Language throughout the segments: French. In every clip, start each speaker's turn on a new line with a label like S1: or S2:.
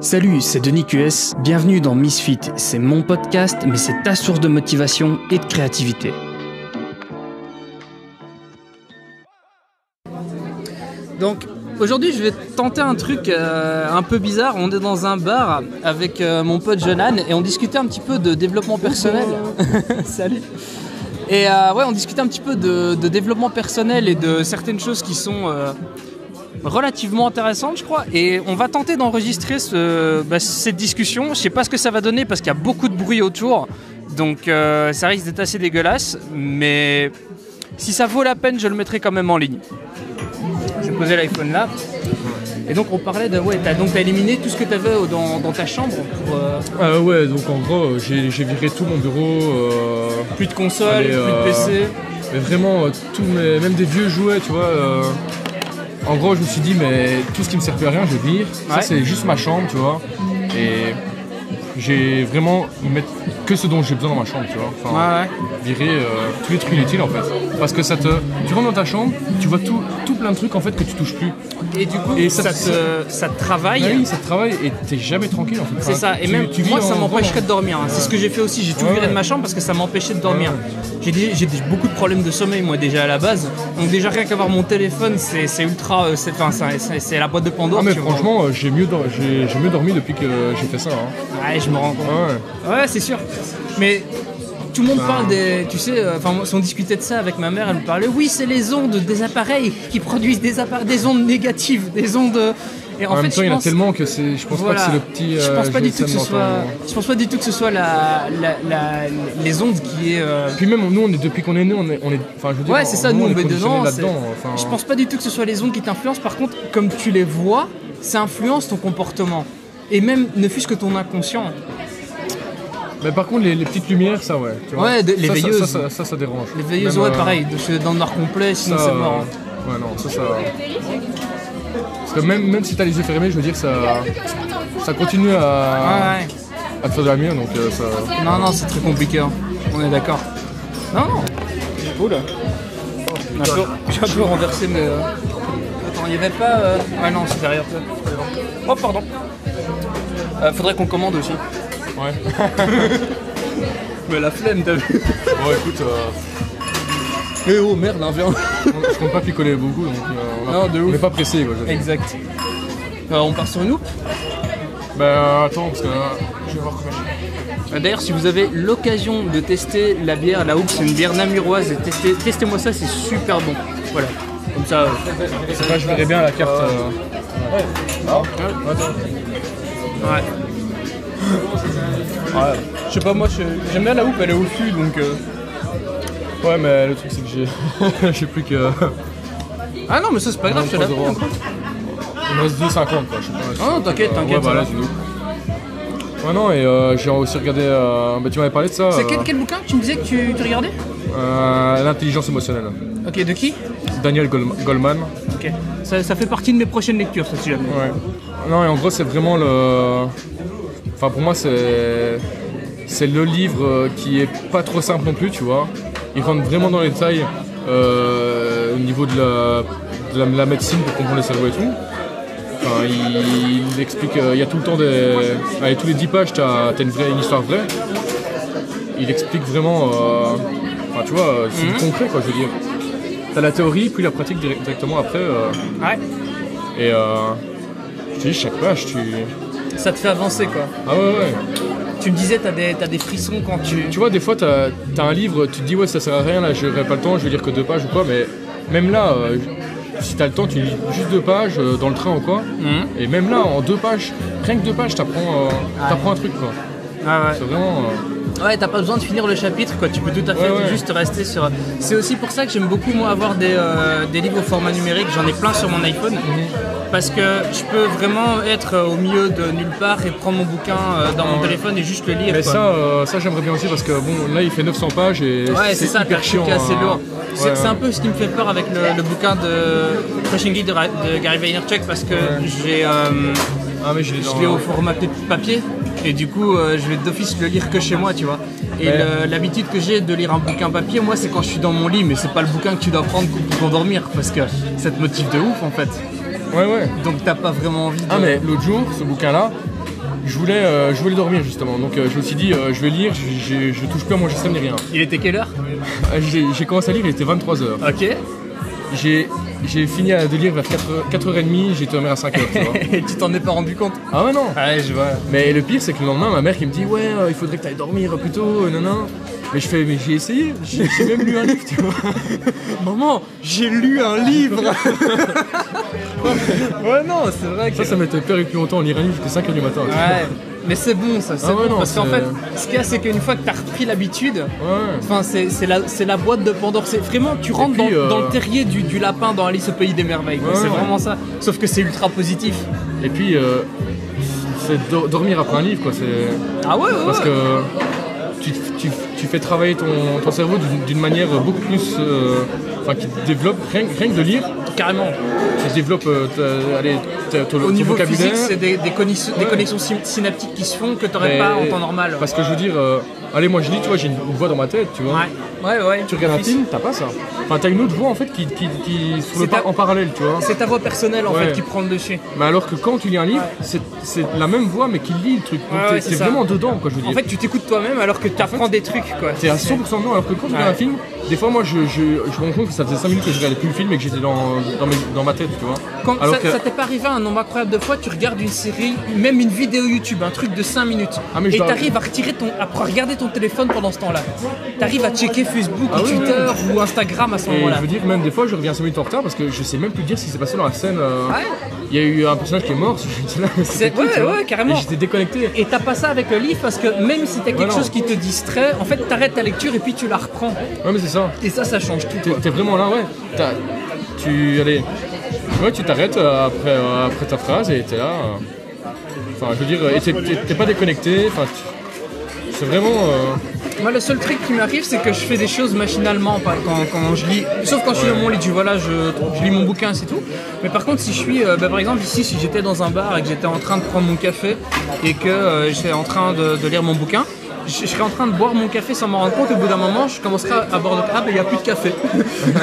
S1: Salut, c'est Denis QS, bienvenue dans Misfit, c'est mon podcast, mais c'est ta source de motivation et de créativité. Donc aujourd'hui je vais tenter un truc euh, un peu bizarre, on est dans un bar avec euh, mon pote Jonan et on discutait un petit peu de développement personnel. Salut Et euh, ouais on discutait un petit peu de, de développement personnel et de certaines choses qui sont... euh, relativement intéressante, je crois. Et on va tenter d'enregistrer ce- bah, cette discussion. Je sais pas ce que ça va donner parce qu'il y a beaucoup de bruit autour. Donc euh, ça risque d'être assez dégueulasse. Mais si ça vaut la peine, je le mettrai quand même en ligne. Je vais poser l'iPhone là. Et donc on parlait de... Ouais, t'as donc t'as éliminé tout ce que t'avais au- dans, dans ta chambre pour... euh,
S2: Euh, ouais, donc en gros, euh, j'ai j'ai viré tout mon bureau. euh,
S1: plus de console,
S2: Allez,
S1: plus de
S2: euh,
S1: PC.
S2: mais vraiment, euh, tous mes, même des vieux jouets, tu vois. euh, en gros, je me suis dit, mais tout ce qui me servait à rien, je vire.
S1: Ouais.
S2: Ça, c'est juste ma chambre, tu vois. Et j'ai vraiment mettre que ce dont j'ai besoin dans ma chambre, tu vois. Enfin, virer euh, tous les trucs inutiles, en fait. Parce que ça te. Tu rentres dans ta chambre, tu vois tout, tout plein de trucs, en fait, que tu touches plus.
S1: Et du coup,
S2: Et
S1: ça,
S2: ça-
S1: te, ça te travaille.
S2: Bah oui, ça te travaille et t'es jamais tranquille, en fait.
S1: C'est
S2: Enfin,
S1: ça, et
S2: tu-
S1: même
S2: tu vis
S1: moi ça
S2: en-
S1: m'empêcherait de dormir. hein. C'est ce que j'ai fait aussi, j'ai tout
S2: Ouais,
S1: viré de
S2: ouais.
S1: ma chambre parce que ça m'empêchait de dormir. J'ai des- J'ai des- beaucoup de problèmes de sommeil moi déjà à la base. Donc déjà rien qu'avoir mon téléphone c'est c'est ultra... euh, c'est enfin, c'est- c'est- c'est la boîte de Pandore.
S2: Ah, mais
S1: tu vois.
S2: franchement, euh, j'ai mieux, dor- j'ai j'ai mieux dormi depuis que j'ai fait ça. hein.
S1: Ouais je me rends compte.
S2: Ouais.
S1: Ouais c'est sûr. Mais tout le monde parle des... Tu sais, euh, enfin moi, si on discutait de ça avec ma mère, elle me parlait, oui c'est les ondes des appareils qui produisent des, appa- des ondes négatives, des ondes... euh, Et en,
S2: En,
S1: fait
S2: même temps,
S1: je
S2: il y en a
S1: pense-
S2: tellement que c'est. Je pense
S1: Voilà.
S2: pas que c'est le petit.
S1: je
S2: euh,
S1: pense pas du tout
S2: GSM
S1: que ce
S2: dans ton-
S1: soit. Je pense pas du tout que ce soit la, la- la- les ondes qui est. euh,
S2: Puis même nous, on est depuis qu'on est né, on est. on est- Enfin, je veux dire,
S1: Ouais, c'est ça. Nous, on est dedans. c'est-
S2: là-dedans. Enfin,
S1: Je pense pas du tout que ce soit les ondes qui t'influencent. Par contre, comme tu les vois, ça influence ton comportement et même ne fût-ce que ton inconscient.
S2: Mais par contre, les, les petites lumières, ça, ouais. tu vois.
S1: Ouais, de- les
S2: Ça, ça-
S1: veilleuses.
S2: Ça, ça, ça, ça dérange.
S1: Les veilleuses,
S2: Même,
S1: ouais,
S2: euh,
S1: pareil. de se- Dans le noir complet, sinon
S2: ça,
S1: c'est mort. hein.
S2: euh, Ouais, non, ça, ça. Parce que même, même si t'as les yeux fermés, je veux dire, ça. Ça continue à.
S1: Ouais,
S2: À te faire de la mire, donc euh, ça.
S1: ouais. Non, non, c'est très compliqué. hein. On est d'accord. Non, non. Oula. J'ai un peu- j'ai un peu renversé, mais. euh, Attends, il n'y avait pas. euh, Ouais, non, c'est derrière toi. Oh, pardon. Euh, faudrait qu'on commande aussi.
S2: Ouais.
S1: Mais la flemme, t'as vu
S2: Bon, écoute, euh,
S1: Eh oh, merde, un verre.
S2: on- je compte pas picoler beaucoup, donc. euh, on a-
S1: Non, de
S2: On
S1: ouf.
S2: est pas pressé, quoi. je veux dire.
S1: Exact. Euh, on part sur une loupe.
S2: Bah, attends, parce que. Je vais voir comment je
S1: Euh, D'ailleurs, si vous avez l'occasion de tester la bière, la Houp, c'est une bière namuroise. et testez- Testez-moi ça, c'est super bon. Voilà. Comme ça. euh,
S2: Là, je verrais bien la carte. euh,
S1: Ouais. Ouais. Je sais pas, moi je- j'aime bien la houpe, elle est au fût donc. euh,
S2: Ouais, mais le truc, c'est que j'ai. j'ai plus que.
S1: Ah non, mais ça c'est pas grave, je te la
S2: 23
S1: paye
S2: euros.
S1: encore.
S2: Il me reste 2,50 quoi. Je sais pas,
S1: Ah non, t'inquiète, t'inquiète,
S2: Ouais,
S1: ça
S2: bah là,
S1: va.
S2: c'est nous. Ouais, non, et euh, j'ai aussi regardé. euh, bah, tu m'avais parlé de ça.
S1: C'est
S2: euh,
S1: quel, quel bouquin que tu me disais que tu, tu regardais
S2: euh, L'intelligence émotionnelle.
S1: Ok, de qui
S2: Daniel Goldman- Goldman.
S1: Ok. Ça, ça fait partie de mes prochaines lectures, ça si jamais.
S2: Ouais. Non, et en gros, c'est vraiment le. Enfin, pour moi, c'est. C'est le livre euh, qui est pas trop simple non plus, tu vois. Il rentre vraiment dans les détails euh, au niveau de la, de la- la médecine pour comprendre le cerveau et tout. Enfin, il, il explique, euh, il y a tout le temps des. Allez, tous les 10 pages, t'as as une, vraie- une histoire vraie. Il explique vraiment. euh, Enfin, tu vois, euh, c'est du concret, quoi, je veux dire. T'as la théorie, puis la pratique direct- directement après. euh,
S1: Ouais.
S2: et euh, je te dis, chaque page, tu.
S1: Ça te fait avancer quoi.
S2: Ah ouais, ouais.
S1: Tu me disais, t'as des, t'as des frissons quand tu.
S2: Tu vois, des fois, t'as as un livre, tu te dis, ouais, ça sert à rien, là, j'aurai pas le temps, je vais lire que deux pages ou quoi, mais même là, euh, si t'as le temps, tu lis juste deux pages euh, dans le train ou quoi.
S1: Mhm.
S2: Et même là, en deux pages, rien que deux pages, t'apprends euh, t'apprends un truc, quoi.
S1: Ah ouais.
S2: C'est vraiment. euh,
S1: Ouais, t'as pas besoin de finir le chapitre, quoi. Tu peux tout à fait
S2: Ouais, ouais.
S1: juste rester sur. C'est aussi pour ça que j'aime beaucoup moi avoir des, euh, des livres au format numérique. J'en ai plein sur mon iPhone parce que je peux vraiment être euh, au milieu de nulle part et prendre mon bouquin euh, dans mon téléphone et juste le lire.
S2: Mais
S1: quoi.
S2: ça, euh, ça j'aimerais bien aussi parce que bon, là, il fait 900 pages et
S1: ouais, c'est ça,
S2: hyper
S1: le truc
S2: chiant.
S1: est assez
S2: hein.
S1: lourd. C'est
S2: Ouais,
S1: c'est un peu ce qui me fait peur avec le, le bouquin de Crushing It de, Ra- de Gary Vaynerchuk parce que j'ai euh,
S2: Ah, mais je l'ai
S1: je
S2: dans-
S1: l'ai au format p- papier et du coup euh, je vais d'office le lire que chez moi tu vois et
S2: Ouais.
S1: le- l'habitude que j'ai de lire un bouquin papier moi c'est quand je suis dans mon lit mais c'est pas le bouquin que tu dois prendre pour t'endormir parce que ça te motive de ouf en fait
S2: Ouais, ouais.
S1: donc t'as pas vraiment envie de...
S2: Ah mais l'autre jour, ce bouquin-là, je voulais, euh, je voulais dormir justement. Donc euh, je me suis dit, euh, je vais lire, je, je, je touche plus à mon système ni rien.
S1: Il était quelle heure
S2: Euh, J'ai j'ai commencé à lire, il était 23h.
S1: Ok.
S2: J'ai j'ai fini à de lire vers 4, 4h30, j'ai été dormir à 5h, tu vois.
S1: Et tu t'en es pas rendu compte
S2: Ah ouais, non
S1: Ouais, je vois.
S2: Mais le pire, c'est que le lendemain, ma mère qui me dit Ouais, euh, il faudrait que t'ailles dormir plus tôt, euh, nanan. Mais je fais Mais j'ai essayé, j'ai j'ai même lu un livre, tu vois.
S1: Maman, j'ai lu un livre Ouais, non, c'est vrai que.
S2: Ça, ça m'était perdu plus longtemps, lire un livre jusqu'à 5h du matin. tu vois.
S1: Ouais, mais c'est bon ça, c'est
S2: Ah ouais,
S1: bon
S2: non,
S1: parce qu'en
S2: c'est-
S1: fait, ce qu'il y a, c'est qu'une fois que t'as repris l'habitude,
S2: Ouais.
S1: enfin, c'est c'est la, c'est la boîte de Pandore. C'est vraiment, tu rentres
S2: Et puis,
S1: dans,
S2: euh,
S1: dans le terrier du, du lapin dans Alice au pays des merveilles. quoi.
S2: Ouais,
S1: c'est
S2: ouais.
S1: vraiment ça. Sauf que c'est ultra positif.
S2: Et puis, euh, c'est do- dormir après un livre, quoi. C'est
S1: Ah ouais, ouais,
S2: parce
S1: ouais.
S2: que tu, tu- tu fais travailler ton, ton cerveau d'une- d'une manière beaucoup plus, euh, enfin, qui te développe rien, rien que de lire,
S1: carrément.
S2: qui développe, euh, ta- allez, ta- ton,
S1: Au
S2: ton
S1: niveau
S2: vocabulaire.
S1: physique, c'est des, des, connexions- des
S2: Ouais.
S1: connexions syn- synaptiques qui se font que t'aurais
S2: Mais-
S1: pas en temps normal.
S2: Parce que je veux dire, euh, allez, moi je lis, tu vois, j'ai une voix dans ma tête, tu vois.
S1: Ouais, ouais, ouais.
S2: Tu regardes un film, t'as pas ça. Enfin, t'as une autre voix en fait qui, qui, qui sur le
S1: C'est ta-
S2: par- en parallèle, tu vois.
S1: C'est ta voix personnelle en
S2: Ouais.
S1: fait qui prend le dessus.
S2: Mais alors que quand tu lis un livre, c'est c'est la même voix mais qui lit le truc. Donc
S1: Ouais,
S2: t'es-
S1: ouais, c'est
S2: t'es
S1: ça.
S2: vraiment dedans, quoi, je veux dire.
S1: En fait, tu t'écoutes toi-même alors que t'apprends des trucs quoi.
S2: T'es à 100% dedans, alors que quand tu regardes un
S1: Ouais.
S2: film, des fois moi je, je, je me rends compte que ça faisait 5 minutes que je regardais plus le film et que j'étais dans, dans, mes- dans ma tête, tu vois.
S1: Quand
S2: alors
S1: ça,
S2: que-
S1: ça t'est pas arrivé un nombre incroyable de fois, tu regardes une série, même une vidéo YouTube, un truc de 5 minutes,
S2: Ah, mais je
S1: et
S2: dois-
S1: t'arrives à retirer ton, à regarder ton téléphone pendant ce temps-là. T'arrives à checker Facebook
S2: Ah
S1: ou
S2: oui,
S1: Twitter ou Instagram à ce
S2: Et
S1: moment-là.
S2: je veux dire, même des fois, je reviens 5 minutes en retard parce que je sais même plus dire ce qui s'est passé dans la scène. euh,
S1: Ah Ouais.
S2: Il y a eu un personnage qui est mort, je me dis là, mais c'était qui,
S1: ouais,
S2: tu vois
S1: ouais, carrément.
S2: Et J'étais déconnecté.
S1: Et t'as pas ça avec le livre parce que même si t'as quelque
S2: Ouais, non.
S1: chose qui te distrait, en fait t'arrêtes ta lecture et puis tu la reprends.
S2: Ouais, mais c'est ça.
S1: Et ça, ça change tout.
S2: T'es
S1: quoi.
S2: t'es vraiment là, ouais. T'as- tu allez, ouais, tu t'arrêtes euh, après, euh, après ta phrase et t'es là. euh. Enfin, je veux dire, et t'es- t'es t'es pas déconnecté. Enfin, tu- c'est vraiment. euh,
S1: Moi, le seul truc qui m'arrive, c'est que je fais des choses machinalement pas- quand, quand je lis. Sauf quand je suis dans mon lit, tu vois, là, je, je lis mon bouquin, c'est tout. Mais par contre, si je suis, euh, bah, par exemple, ici, si j'étais dans un bar et que j'étais en train de prendre mon café et que euh, j'étais en train de, de lire mon bouquin, je, je serais en train de boire mon café sans m'en rendre compte. Au bout d'un moment, je commencerai à boire de ah, ben il n'y a plus de café.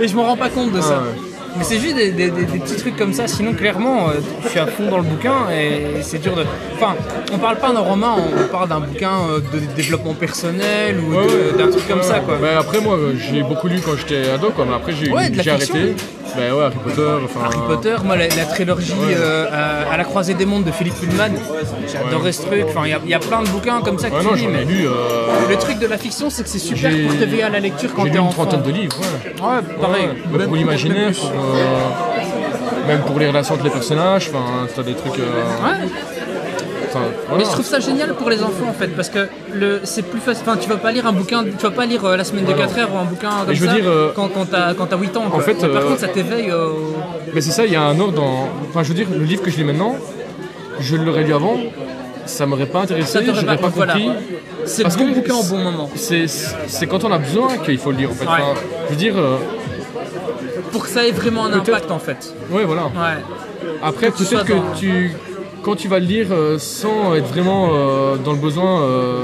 S1: et je m'en rends pas compte de ça.
S2: ouais.
S1: Mais c'est juste des, des- des- des petits trucs comme ça, sinon clairement, euh, je suis à fond dans le bouquin et c'est dur de. Enfin, on parle pas d'un roman, on parle d'un bouquin euh, de développement personnel ou
S2: Ouais,
S1: de-
S2: ouais.
S1: d'un truc comme
S2: Ouais,
S1: ça
S2: ouais.
S1: quoi.
S2: Bah, après, moi, euh, j'ai beaucoup lu quand j'étais ado, quoi. Mais après, j'ai
S1: Ouais, de la
S2: j'ai
S1: fiction.
S2: arrêté. Bah ouais, Harry Potter. Enfin,
S1: Harry Potter, moi la, la trilogie euh, à, à la croisée des mondes de Philippe Pullman, j'ai adoré ce truc. Enfin, il y a- il y, a plein de bouquins comme ça que
S2: Ouais,
S1: tu
S2: non,
S1: lis,
S2: j'en
S1: mais
S2: ai lu. euh,
S1: le truc de la fiction, c'est que c'est super
S2: J'ai-
S1: pour te veiller à la lecture quand
S2: j'ai
S1: t'es
S2: lu une
S1: enfant.
S2: trentaine de livres. Ouais.
S1: Ouais, pareil.
S2: Ouais, même pour l'imaginaire, pour, euh, même pour les relations entre les personnages. Enfin, t'as des trucs. euh,
S1: Ouais.
S2: enfin,
S1: Mais
S2: voilà.
S1: je trouve ça génial pour les enfants en fait parce que le c'est plus facile. Enfin, tu vas pas lire un bouquin, tu vas pas lire euh, la semaine de 4 heures ou un bouquin comme
S2: je veux
S1: ça
S2: dire, euh,
S1: quand, quand t'as quand t'as 8 ans. En
S2: fait,
S1: par
S2: euh,
S1: contre, ça t'éveille. euh,
S2: Mais c'est ça, il y a un ordre dans. Enfin, je veux dire, le livre que je lis maintenant, je l'aurais lu avant, ça m'aurait pas
S1: Ça
S2: intéressé,
S1: t'aurait
S2: j'aurais pas
S1: voilà.
S2: compris.
S1: C'est le
S2: Parce
S1: bon
S2: que
S1: bouquin au
S2: c'est-
S1: bon moment.
S2: C'est c'est quand on a besoin qu'il faut le lire en fait.
S1: Ouais.
S2: Enfin, je veux dire, euh,
S1: Pour que ça ait vraiment un
S2: Peut-être-
S1: impact en fait.
S2: ouais, voilà.
S1: Ouais.
S2: Après,
S1: Que tu
S2: peut-être
S1: sois dans-
S2: que tu. Quand tu vas le lire euh, sans être vraiment euh, dans le besoin euh,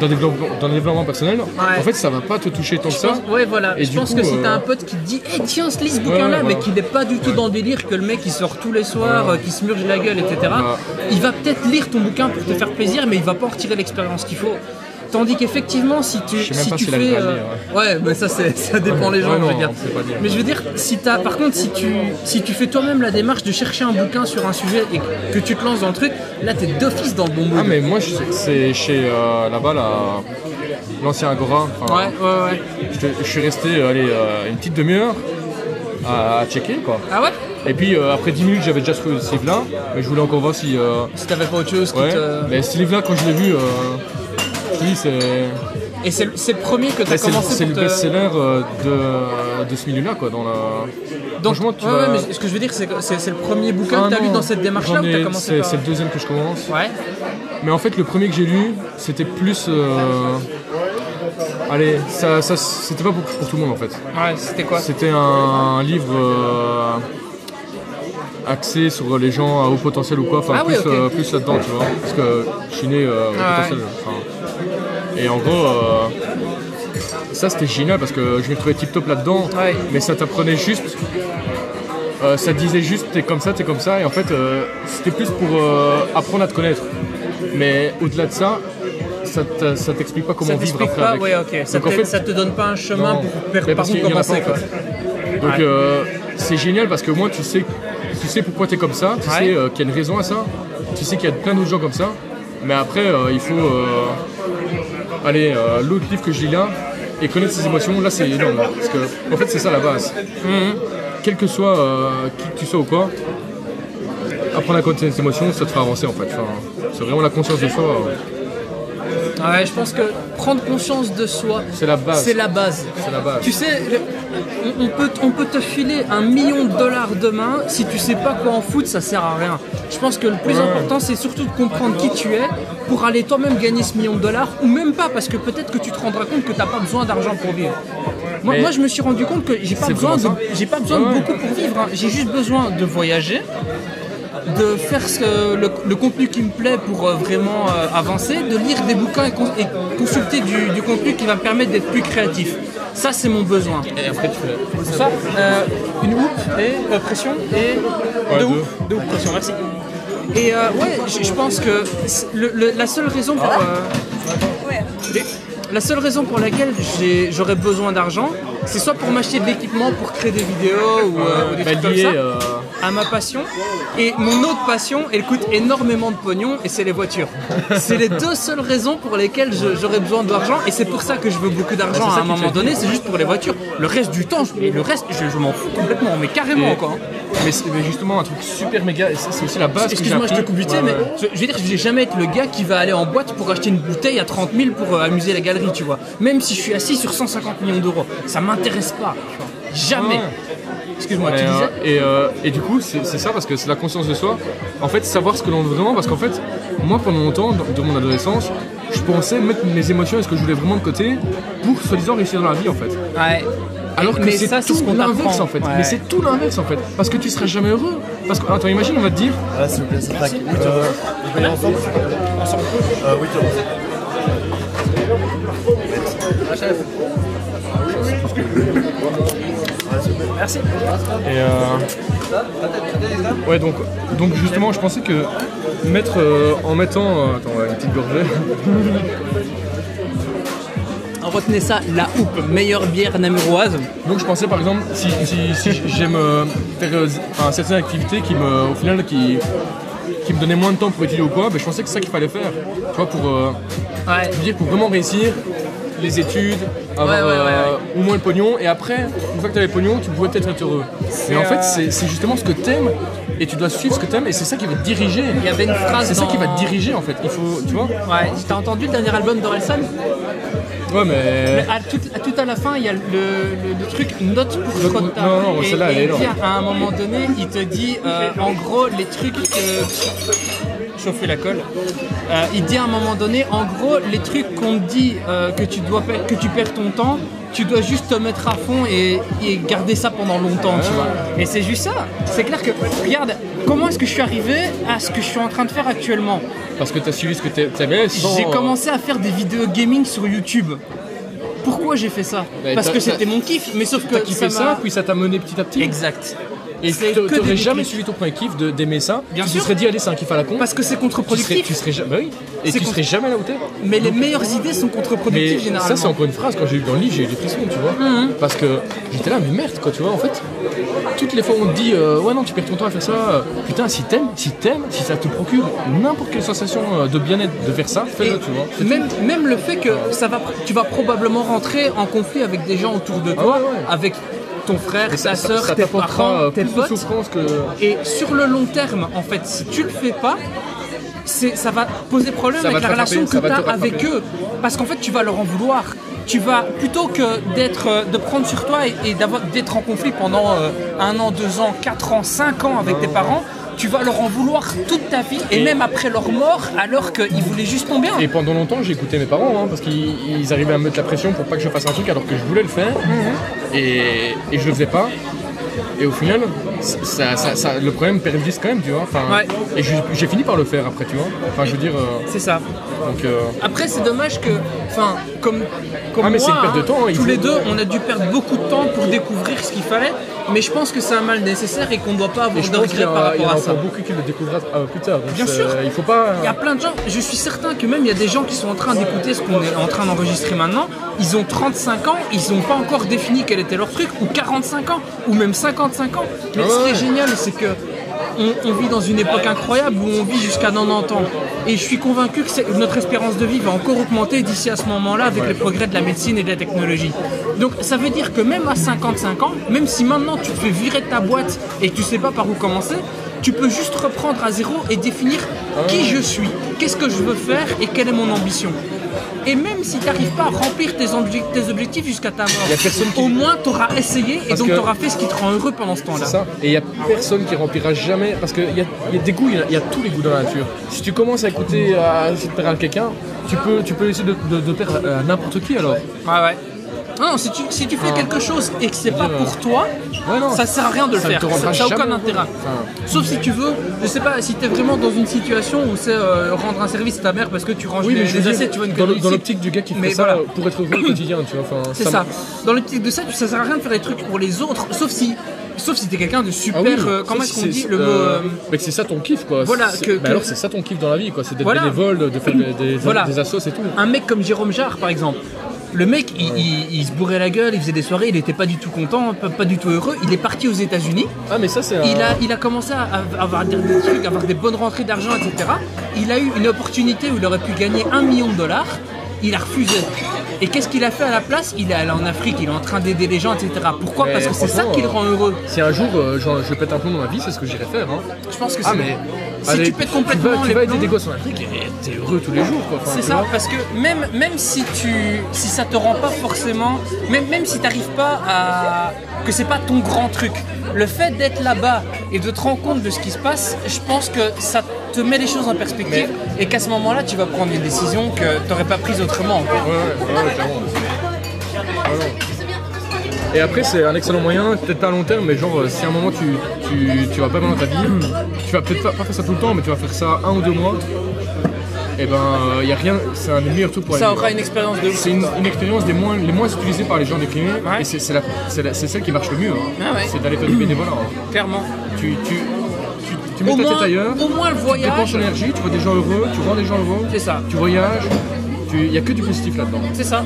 S2: d'un développement, d'un développement personnel, en fait, ça va pas te toucher tant que
S1: Je
S2: ça.
S1: pense- ouais voilà,
S2: Hein Et
S1: je
S2: du
S1: pense
S2: coup,
S1: que si t'as
S2: euh,
S1: un pote qui te dit Eh tiens je lis ce bouquin là
S2: ouais,
S1: mais
S2: voilà.
S1: qu'il n'est pas du tout dans le délire que le mec il sort tous les soirs, euh, qui se murge la gueule, etc. Il va peut-être lire ton bouquin pour te faire plaisir mais il va pas en retirer l'expérience qu'il faut. Tandis qu'effectivement si tu,
S2: Je sais même
S1: si
S2: pas
S1: tu
S2: s'il
S1: fais euh,
S2: arrive à le
S1: ouais mais ça c'est- ça dépend les gens
S2: Ouais,
S1: je veux
S2: non,
S1: dire.
S2: on sait pas dire.
S1: Mais je veux dire si t'as par contre si tu si tu fais toi-même la démarche de chercher un bouquin sur un sujet et que tu te lances dans le truc, là t'es d'office dans le bon
S2: Ah,
S1: mood.
S2: mais moi, je- c'est chez euh, là-bas, là, l'ancien Agora. enfin,
S1: Ouais ouais ouais.
S2: Je, je suis resté allez, euh, une petite demi-heure à, à checker quoi.
S1: Ah ouais
S2: Et puis euh, après 10 minutes j'avais déjà ce, ce livre-là, mais je voulais encore voir si. euh,
S1: Si t'avais pas autre chose qui
S2: ouais.
S1: te
S2: Mais ce livre-là quand je l'ai vu, euh, je te dis c'est.
S1: Et c'est le c'est le premier que tu
S2: ouais,
S1: as
S2: c'est-
S1: commencé
S2: C'est le
S1: pour te-
S2: best-seller euh, de, de ce milieu-là quoi dans la.
S1: Donc,
S2: Franchement tu
S1: ouais,
S2: vas-
S1: ouais, mais ce que je veux dire, c'est que c'est c'est le premier bouquin
S2: Ah,
S1: que tu as lu
S2: non,
S1: dans cette démarche-là
S2: j'en
S1: ou tu
S2: ai-
S1: as commencé
S2: C'est
S1: par.
S2: c'est le deuxième que je commence.
S1: Ouais,
S2: Mais en fait, le premier que j'ai lu, c'était plus. euh, Allez, ça, ça- c'était pas pour, pour tout le monde en fait.
S1: ouais c'était quoi
S2: C'était un, un livre euh, axé sur les gens à haut potentiel ou quoi, enfin
S1: Ah oui,
S2: plus,
S1: ok.
S2: euh, plus là-dedans, tu vois. Parce que je suis né euh, haut
S1: Ah
S2: potentiel. enfin. Et en gros, euh, ça c'était génial parce que je me trouvais tip top là-dedans,
S1: Ouais.
S2: mais ça t'apprenait juste euh, ça disait juste t'es comme ça, t'es comme ça, et en fait euh, c'était plus pour euh, apprendre à te connaître. Mais au-delà de ça, ça t'a- ça t'explique pas comment
S3: Ça
S2: vivre
S3: t'explique
S2: après.
S3: pas,
S2: avec.
S3: ouais, ok. Ça,
S2: Donc, en
S3: te,
S2: fait,
S3: ça te donne pas un chemin
S2: non.
S3: pour per-
S2: Mais
S3: par
S2: parce
S3: où
S2: qu'il y en a
S3: commencer,
S2: pas, en
S3: quoi.
S2: fait. Donc
S3: Ouais.
S2: euh, c'est génial parce que moi tu sais, tu sais pourquoi t'es comme ça, tu
S3: Ouais.
S2: sais euh, qu'il y a une raison à ça, tu sais qu'il y a plein d'autres gens comme ça. Mais après euh, il faut euh, aller euh, l'autre livre que je lis là et connaître ses émotions. Là c'est énorme hein, parce que en fait c'est ça la base.
S3: Mhm.
S2: Quel que soit euh, qui que tu sois ou quoi, apprendre à connaître ses émotions, ça te fera avancer en fait. Enfin, c'est vraiment la conscience de soi. euh,
S1: Ouais, je pense que prendre conscience de soi,
S2: C'est la base.
S1: C'est la base.
S2: C'est la base.
S1: Tu sais, le- on, on peut, on peut te filer un million de dollars demain. Si tu sais pas quoi en foutre, ça sert à rien. Je pense que le plus
S2: Ouais.
S1: important, c'est surtout de comprendre qui tu es pour aller toi-même gagner ce million de dollars ou même pas, parce que peut-être que tu te rendras compte que t'as pas besoin d'argent pour vivre. Moi,
S2: Mais-
S1: moi, je me suis rendu compte que j'ai pas
S2: C'est
S1: besoin, de,
S2: vraiment ça.
S1: j'ai pas besoin
S2: Ouais,
S1: de
S2: ouais.
S1: beaucoup pour vivre. hein. J'ai juste besoin de voyager, de faire ce- le, le contenu qui me plaît pour euh, vraiment euh, avancer, de lire des bouquins et, cons- et consulter du, du contenu qui va me permettre d'être plus créatif. Ça, c'est mon besoin.
S2: Et après tu fais.
S1: Pour ça, euh, une hoop et euh, pression et deux
S2: Ouais, deux.
S1: hoops. Deux hoops, pression, merci. Et euh, ouais, je je pense que c'est le- le- la seule raison pour. euh, les- La seule raison pour laquelle j'ai- j'aurais besoin d'argent, c'est soit pour m'acheter de l'équipement pour créer des vidéos ou, euh, ou des
S2: Bah,
S1: trucs comme
S2: lié,
S1: ça,
S2: euh,
S1: à ma passion. Et mon autre passion, elle coûte énormément de pognon et c'est les voitures. c'est les deux seules raisons pour lesquelles je- j'aurais besoin de l'argent et c'est pour ça que je veux beaucoup d'argent
S2: Bah, c'est ça
S1: à un
S2: qui
S1: moment
S2: fait.
S1: donné, c'est juste pour les voitures. Le reste du temps, je- mais le reste, je, je m'en fous complètement, mais carrément
S2: Et-
S1: quoi. hein.
S2: Mais, c'est- mais justement, un truc super méga, et ça c'est aussi la base. que j'ai
S1: Excuse-moi, je te
S2: appris.
S1: coupe vite, fait,
S2: Ouais,
S1: mais
S2: ouais.
S1: je, je veux dire, je vais jamais être le gars qui va aller en boîte pour acheter une bouteille à 30 000 pour euh, amuser la galerie, tu vois. Même si je suis assis sur 150 millions d'euros, ça m'intéresse pas. tu vois. Jamais.
S2: Ouais.
S1: Excuse-moi,
S2: Mais,
S1: tu disais
S2: euh, et, euh, et du coup, c'est c'est ça parce que c'est la conscience de soi. En fait, savoir ce que l'on veut vraiment. Parce qu'en fait, moi pendant longtemps, dans- de mon adolescence, je pensais mettre mes émotions et ce que je voulais vraiment de côté pour soi-disant réussir dans la vie en fait.
S1: Ouais.
S2: Alors que
S1: Mais
S2: c'est
S1: ça, c'est ce
S2: tout
S1: qu'on
S2: l'inverse
S1: t'apprend.
S2: en fait.
S1: Ouais.
S2: Mais c'est tout l'inverse en fait. Parce que tu seras jamais heureux. Parce que, attends, imagine, on va te dire,
S4: Voilà, Ah, s'il vous plaît, ça tac. Euh, on peut y aller ensemble Euh, Oui, Thomas.
S2: Et euh, Ouais, donc, donc justement, je pensais que mettre euh, en mettant. euh, Attends, ouais, une petite gorgée.
S1: Retenez ça, la houpe, meilleure bière namuroise.
S2: Donc je pensais par exemple, si, si- si j'aime euh, faire euh, enfin, certaines activités qui me. au final, qui, qui me donnaient moins de temps pour étudier ou quoi, ben, je pensais que c'est ça qu'il fallait faire. Tu vois, pour. euh,
S1: Ouais.
S2: je veux dire, pour vraiment réussir les études, avoir
S1: Ouais, ouais, ouais,
S2: euh, au moins le pognon, et après, une fois que tu as le pognon, tu pouvais peut-être être heureux. Mais en fait, c'est c'est justement ce que t'aimes, et tu dois suivre ce que t'aimes, et c'est ça qui va te diriger.
S1: Il y avait une phrase.
S2: C'est ça qui va
S1: dans-
S2: te diriger en fait. Il faut, tu vois
S1: Ouais, t'as entendu le dernier album d'Orelsan
S2: Ouais, mais.
S1: à tout, à ah, tout à la fin, il y a le, le- le truc note pour Crotta.
S2: non, non,
S1: et,
S2: celle-là, elle
S1: et
S2: est
S1: il dit
S2: énorme.
S1: à un moment donné, il te dit euh, en gros les trucs que. Chauffer la colle. Euh, il dit à un moment donné, en gros, les trucs qu'on te dit euh, que, tu dois per- que tu perds ton temps, tu dois juste te mettre à fond et, et garder ça pendant longtemps, tu vois.
S2: Ah.
S1: Et c'est juste ça. C'est clair que, regarde, comment est-ce que je suis arrivé à ce que je suis en train de faire actuellement
S2: Parce que t'as suivi ce que t'a- t'aimais sans.
S1: j'ai
S2: euh,
S1: commencé à faire des vidéos gaming sur YouTube. Pourquoi j'ai fait ça
S2: Bah,
S1: Parce
S2: t'as-
S1: que
S2: t'as-
S1: c'était mon kiff, mais sauf que
S2: T'as
S1: ça,
S2: kiffé ça,
S1: m'a-
S2: puis ça t'a mené petit à petit.
S1: Exact.
S2: Et
S1: c'est
S2: t'a-
S1: que
S2: t'aurais
S1: des
S2: jamais
S1: déclics.
S2: suivi ton premier kiff de- d'aimer ça.
S1: Bien
S2: tu te
S1: sûr.
S2: serais dit, allez, c'est un kiff à la con.
S1: Parce que c'est
S2: tu serais, tu
S1: contre-productif.
S2: serais jamais. bah oui. Et
S1: C'est
S2: tu
S1: con-
S2: serais jamais là où t'es.
S1: Mais les meilleures idées sont
S2: Mais
S1: contre-productives généralement. Hmm. Mmh.
S2: ça, c'est encore une phrase. Quand j'ai lu dans le livre, j'ai eu des frissons, tu vois. Parce que j'étais là, mais merde, quoi, tu vois. En fait, toutes les fois, on te dit, euh, ouais, non, tu perds ton temps à faire ça. euh, Putain, si t'aimes, si t'aimes, si ça te procure n'importe quelle sensation euh, de bien-être de faire ça,
S1: Et
S2: fais-le, tu vois. C'est
S1: même, même le fait que ça va, tu vas probablement rentrer en conflit avec des gens autour de toi,
S2: Ah ouais, ouais.
S1: avec ton frère,
S2: Et
S1: ta
S2: ça-
S1: soeur,
S2: ça
S1: tes
S2: t'apportera,
S1: parents,
S2: euh,
S1: tes
S2: plus de
S1: potes.
S2: souffrance que.
S1: Et sur le long terme, en fait, si tu le fais pas, c'est, ça va poser problème
S2: Ça va
S1: avec la
S2: te rattraper,
S1: relation que
S2: ça va
S1: tu as
S2: te rattraper.
S1: avec eux. Parce qu'en fait, tu vas leur en vouloir. Tu vas, plutôt que d'être, euh, de prendre sur toi et, et d'avoir, d'être en conflit pendant euh, un an, deux ans, quatre ans, cinq ans avec tes parents, tu vas leur en vouloir toute ta vie et, même après leur mort, alors qu'ils voulaient juste ton bien.
S2: Et pendant longtemps, j'ai écouté mes parents hein, parce qu'ils ils arrivaient à me mettre la pression pour pas que je fasse un truc alors que je voulais le faire
S1: Mhm.
S2: et, et je le faisais pas. Et au final, ça, ça- ça- le problème persiste quand même, tu vois. Enfin,
S1: Ouais.
S2: Et j'ai- j'ai fini par le faire après, tu vois. Enfin, je veux dire, euh,
S1: C'est ça.
S2: donc euh,
S1: Après, c'est dommage que, enfin, comme, comme
S2: Ah,
S1: moi,
S2: mais c'est une perte de temps, hein, il
S1: tous
S2: faut-
S1: les deux, on a dû perdre beaucoup de temps pour découvrir ce qu'il fallait. mais je pense que c'est un mal nécessaire et qu'on ne doit pas
S2: Et
S1: avoir
S2: je
S1: de
S2: pense qu'il y
S1: regrets
S2: en
S1: par
S2: a, il y en
S1: rapport à
S2: a
S1: ça.
S2: encore beaucoup qui le découvriront euh, plus tard. Donc
S1: Bien
S2: c'est-
S1: sûr.
S2: Il faut pas.
S1: Il y a plein de gens, je suis certain que même il y a des gens qui sont en train d'écouter ce qu'on est en train d'enregistrer maintenant, ils ont 35 ans, ils n'ont pas encore défini quel était leur truc, ou 45 ans, ou même 55 ans. Mais
S2: Ah
S1: ce qui est génial, c'est que on, on vit dans une époque incroyable où on vit jusqu'à 90 ans. Et je suis convaincu que c'est- notre espérance de vie va encore augmenter d'ici à ce moment-là avec les progrès de la médecine et de la technologie. Donc ça veut dire que même à 55 ans, même si maintenant tu te fais virer de ta boîte et que tu sais pas par où commencer, tu peux juste reprendre à zéro et définir qui je suis, qu'est-ce que je veux faire et quelle est mon ambition. Et même si tu n'arrives pas à remplir tes, obje- tes objectifs jusqu'à ta mort,
S2: Y a personne qui-
S1: au moins tu auras essayé et
S2: Parce
S1: donc
S2: que-
S1: tu auras fait ce qui te rend heureux pendant ce temps-là.
S2: C'est ça. Et il n'y a personne qui remplira jamais. Parce qu'il y a, il y a des goûts, il y a- il y, a tous les goûts dans la nature. Si tu commences à écouter, à essayer de plaire à quelqu'un, tu peux, tu peux essayer de, de, de plaire à à n'importe qui alors.
S1: Ouais, ouais. Non, si tu, si tu fais quelque chose et que c'est pas pour toi,
S2: Ah. Ouais, non.
S1: ça sert à rien de le
S2: Ça ne
S1: faire.
S2: te rendra
S1: Ça n'a aucun
S2: jamais
S1: intérêt.
S2: Enfin.
S1: Sauf si tu veux, je sais pas, si t'es vraiment dans une situation où c'est euh, rendre un service à ta mère parce que tu ranges
S2: Oui,
S1: les,
S2: mais je
S1: les
S2: veux
S1: assiettes,
S2: dire,
S1: tu vois une
S2: dans le-
S1: connerie
S2: dans
S1: ici.
S2: l'optique du gars qui fait
S1: Mais
S2: ça
S1: voilà.
S2: pour être heureux au quotidien, tu vois. Enfin,
S1: C'est ça. Dans l'optique de ça, tu- ça sert à rien de faire des trucs pour les autres, sauf si, sauf si t'es quelqu'un de super.
S2: Ah oui,
S1: euh,
S2: ça,
S1: comment est-ce
S2: c'est-
S1: qu'on dit
S2: c'est-
S1: le mot
S2: euh,
S1: euh,
S2: Mais que c'est ça ton kiff quoi.
S1: Voilà,
S2: C'est-
S1: que-
S2: bah
S1: que-
S2: alors c'est ça ton kiff dans la vie quoi, c'est d'être
S1: Voilà.
S2: bénévole, de faire des, des,
S1: Voilà.
S2: des assos et tout.
S1: un mec comme Jérôme Jarre par exemple. Le mec, il, il- il se bourrait la gueule, il faisait des soirées, il était pas du tout content, pas, pas du tout heureux. Il est parti aux États-Unis.
S2: Ah mais ça c'est un-
S1: Il a, il a commencé à à avoir des des trucs, à avoir des bonnes rentrées d'argent, etc. Il a eu une opportunité où il aurait pu gagner un million de dollars. Il a refusé. Et qu'est-ce qu'il a fait à la place Il est allé en Afrique, il est en train d'aider les gens, etc. Pourquoi
S2: Mais
S1: Parce que c'est ça
S2: franchement,
S1: qui le
S2: euh,
S1: rend heureux.
S2: Si un jour euh, genre, je pète un plomb dans ma vie, c'est ce que j'irai faire. Hein.
S1: Je pense que c'est.
S2: Ah mais
S1: si
S2: allez,
S1: tu pètes complètement
S2: tu vas, tu
S1: les
S2: vas aider
S1: plombs,
S2: des gosses en Afrique et t'es heureux tous les jours quoi. Enfin,
S1: C'est
S2: tu
S1: ça,
S2: vois.
S1: parce que même, même si tu si ça te rend pas forcément, même, même si t'arrives pas à que c'est pas ton grand truc, le fait d'être là-bas et de te rendre compte de ce qui se passe, je pense que ça te met les choses en perspective et qu'à ce moment-là, tu vas prendre une décision que t'aurais pas prise autrement. quoi.
S2: Ouais, ouais, ouais, clairement. Ouais, ouais. Et après, c'est un excellent moyen, peut-être pas à long terme, mais genre, euh, si à un moment tu, tu, tu vas pas bien dans ta vie, tu vas peut-être pas, pas faire ça tout le temps, mais tu vas faire ça un ou deux mois, et ben, il y a rien, c'est un des meilleurs trucs pour aller
S1: Ça
S2: mieux.
S1: aura une expérience de ouf.
S2: C'est une, une expérience des moins, les moins utilisées par les gens déprimés, et c'est c'est la- c'est la- c'est celle qui marche le mieux, hein.
S1: Ah ouais.
S2: c'est d'aller faire du bénévolat. hein.
S1: Clairement.
S2: Tu, tu, tu, tu mets
S1: Au
S2: ta
S1: moins,
S2: tête ailleurs,
S1: au moins le
S2: tu dépenses
S1: voyage,
S2: ton énergie, tu vois des gens heureux, tu rends des gens heureux,
S1: c'est ça.
S2: tu voyages, il y a que du positif là-dedans.
S1: C'est ça.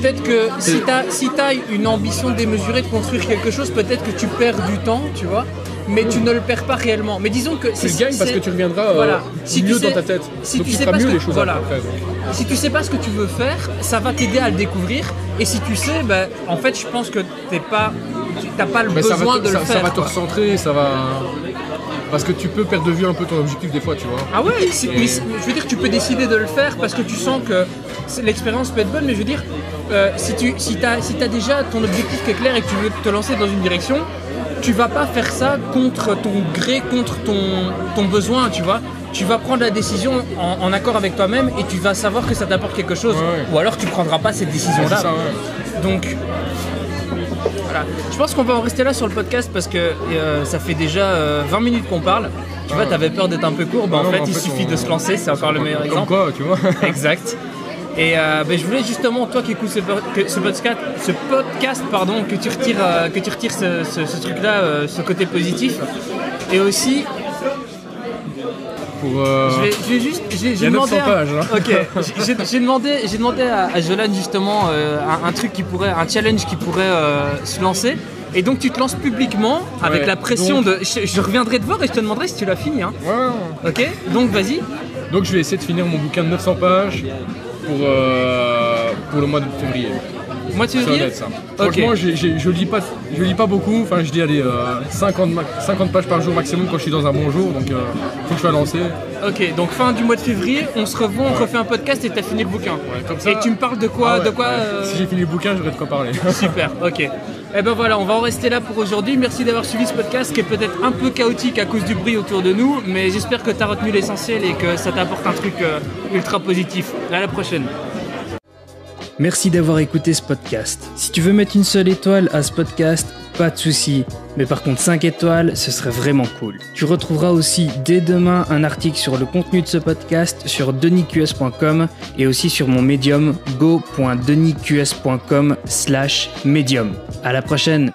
S1: Peut-être que si t'as si t'as une ambition démesurée de construire quelque chose, peut-être que tu perds du temps, tu vois, mais tu ne le perds pas réellement. Mais disons que
S2: Tu le gagnes parce que tu reviendras euh,
S1: Voilà. Si tu
S2: mieux
S1: sais-
S2: dans ta tête.
S1: si
S2: Donc
S1: tu
S2: tu
S1: sais
S2: feras
S1: pas ce
S2: mieux
S1: que-
S2: les choses
S1: voilà.
S2: après. après.
S1: Si tu sais pas ce que tu veux faire, ça va t'aider à le découvrir. Et si tu sais, ben, en fait, je pense que t'es pas, tu- t'as pas le
S2: Mais Ben, ça va,
S1: besoin
S2: te-
S1: de
S2: ça-
S1: le
S2: ça
S1: faire.
S2: va te
S1: quoi.
S2: recentrer, ça va. Parce que tu peux perdre de vue un peu ton objectif des fois, tu vois.
S1: Ah ouais, c'est- mais c'est- je veux dire, tu peux décider de le faire parce que tu sens que c'est- l'expérience peut être bonne, mais je veux dire, euh, si tu si as, si as déjà ton objectif qui est clair et que tu veux te lancer dans une direction, tu vas pas faire ça contre ton gré, contre ton, ton besoin, tu vois. Tu vas prendre la décision en, en accord avec toi-même et tu vas savoir que ça t'apporte quelque chose.
S2: Ouais, ouais.
S1: Ou alors tu prendras pas cette
S2: C'est
S1: décision-là.
S2: ça, ouais.
S1: Donc voilà, je pense qu'on va en rester là sur le podcast parce que euh, ça fait déjà euh, 20 minutes qu'on parle. Tu vois, t'avais peur d'être un peu court, bah,
S2: Non,
S1: en fait
S2: mais en
S1: il
S2: fait,
S1: suffit
S2: on-
S1: de se lancer, c'est encore le meilleur
S2: Comme
S1: exemple.
S2: quoi, tu vois.
S1: Exact. Et euh, ben, je voulais justement, toi qui écoutes ce, pod- que- ce podcast, ce podcast pardon, que tu retires, euh, que tu retires ce, ce- ce truc-là, euh, ce côté positif. Et aussi,
S2: Pour, euh,
S1: je vais, je vais juste. J'ai
S2: y
S1: j'ai
S2: a
S1: demandé.
S2: 900
S1: à-
S2: pages, hein.
S1: Ok. J'ai- j'ai- J'ai demandé, j'ai demandé à, à Jolan justement euh, un, un truc qui pourrait, un challenge qui pourrait euh, se lancer. Et donc tu te lances publiquement avec
S2: Ouais,
S1: la pression de.
S2: donc-
S1: Je, je reviendrai te voir et je te demanderai si tu l'as fini. Hein.
S2: Ouais.
S1: Ok. Donc vas-y.
S2: Donc je vais essayer de finir mon bouquin de 900 pages pour, euh, pour le mois de février.
S1: Moi tu
S2: C'est
S1: dis.
S2: honnête ça.
S1: Ok.
S2: Franchement, j'ai- j'ai- je lis pas, je lis pas beaucoup. Enfin, je lis allez, euh, 50, ma- 50 pages par jour maximum quand je suis dans un bon jour. Donc, euh, faut que je sois lancé.
S1: Ok. Donc fin du mois de février, on se revoit, on refait un podcast et t'as fini le bouquin.
S2: comme ça-
S1: Et tu me parles de quoi,
S2: Ah ouais,
S1: de quoi
S2: ouais.
S1: euh,
S2: Si j'ai fini le bouquin, j'aurais de quoi parler.
S1: Super, ok. Eh ben voilà, on va en rester là pour aujourd'hui. Merci d'avoir suivi ce podcast qui est peut-être un peu chaotique à cause du bruit autour de nous, mais j'espère que tu as retenu l'essentiel et que ça t'apporte un truc euh, ultra positif. À la prochaine.
S3: Merci d'avoir écouté ce podcast. Si tu veux mettre une seule étoile à ce podcast, pas de souci. Mais par contre 5 étoiles, ce serait vraiment cool. Tu retrouveras aussi dès demain un article sur le contenu de ce podcast sur denisqs.com et aussi sur mon médium go.denisqs.com slash médium. À la prochaine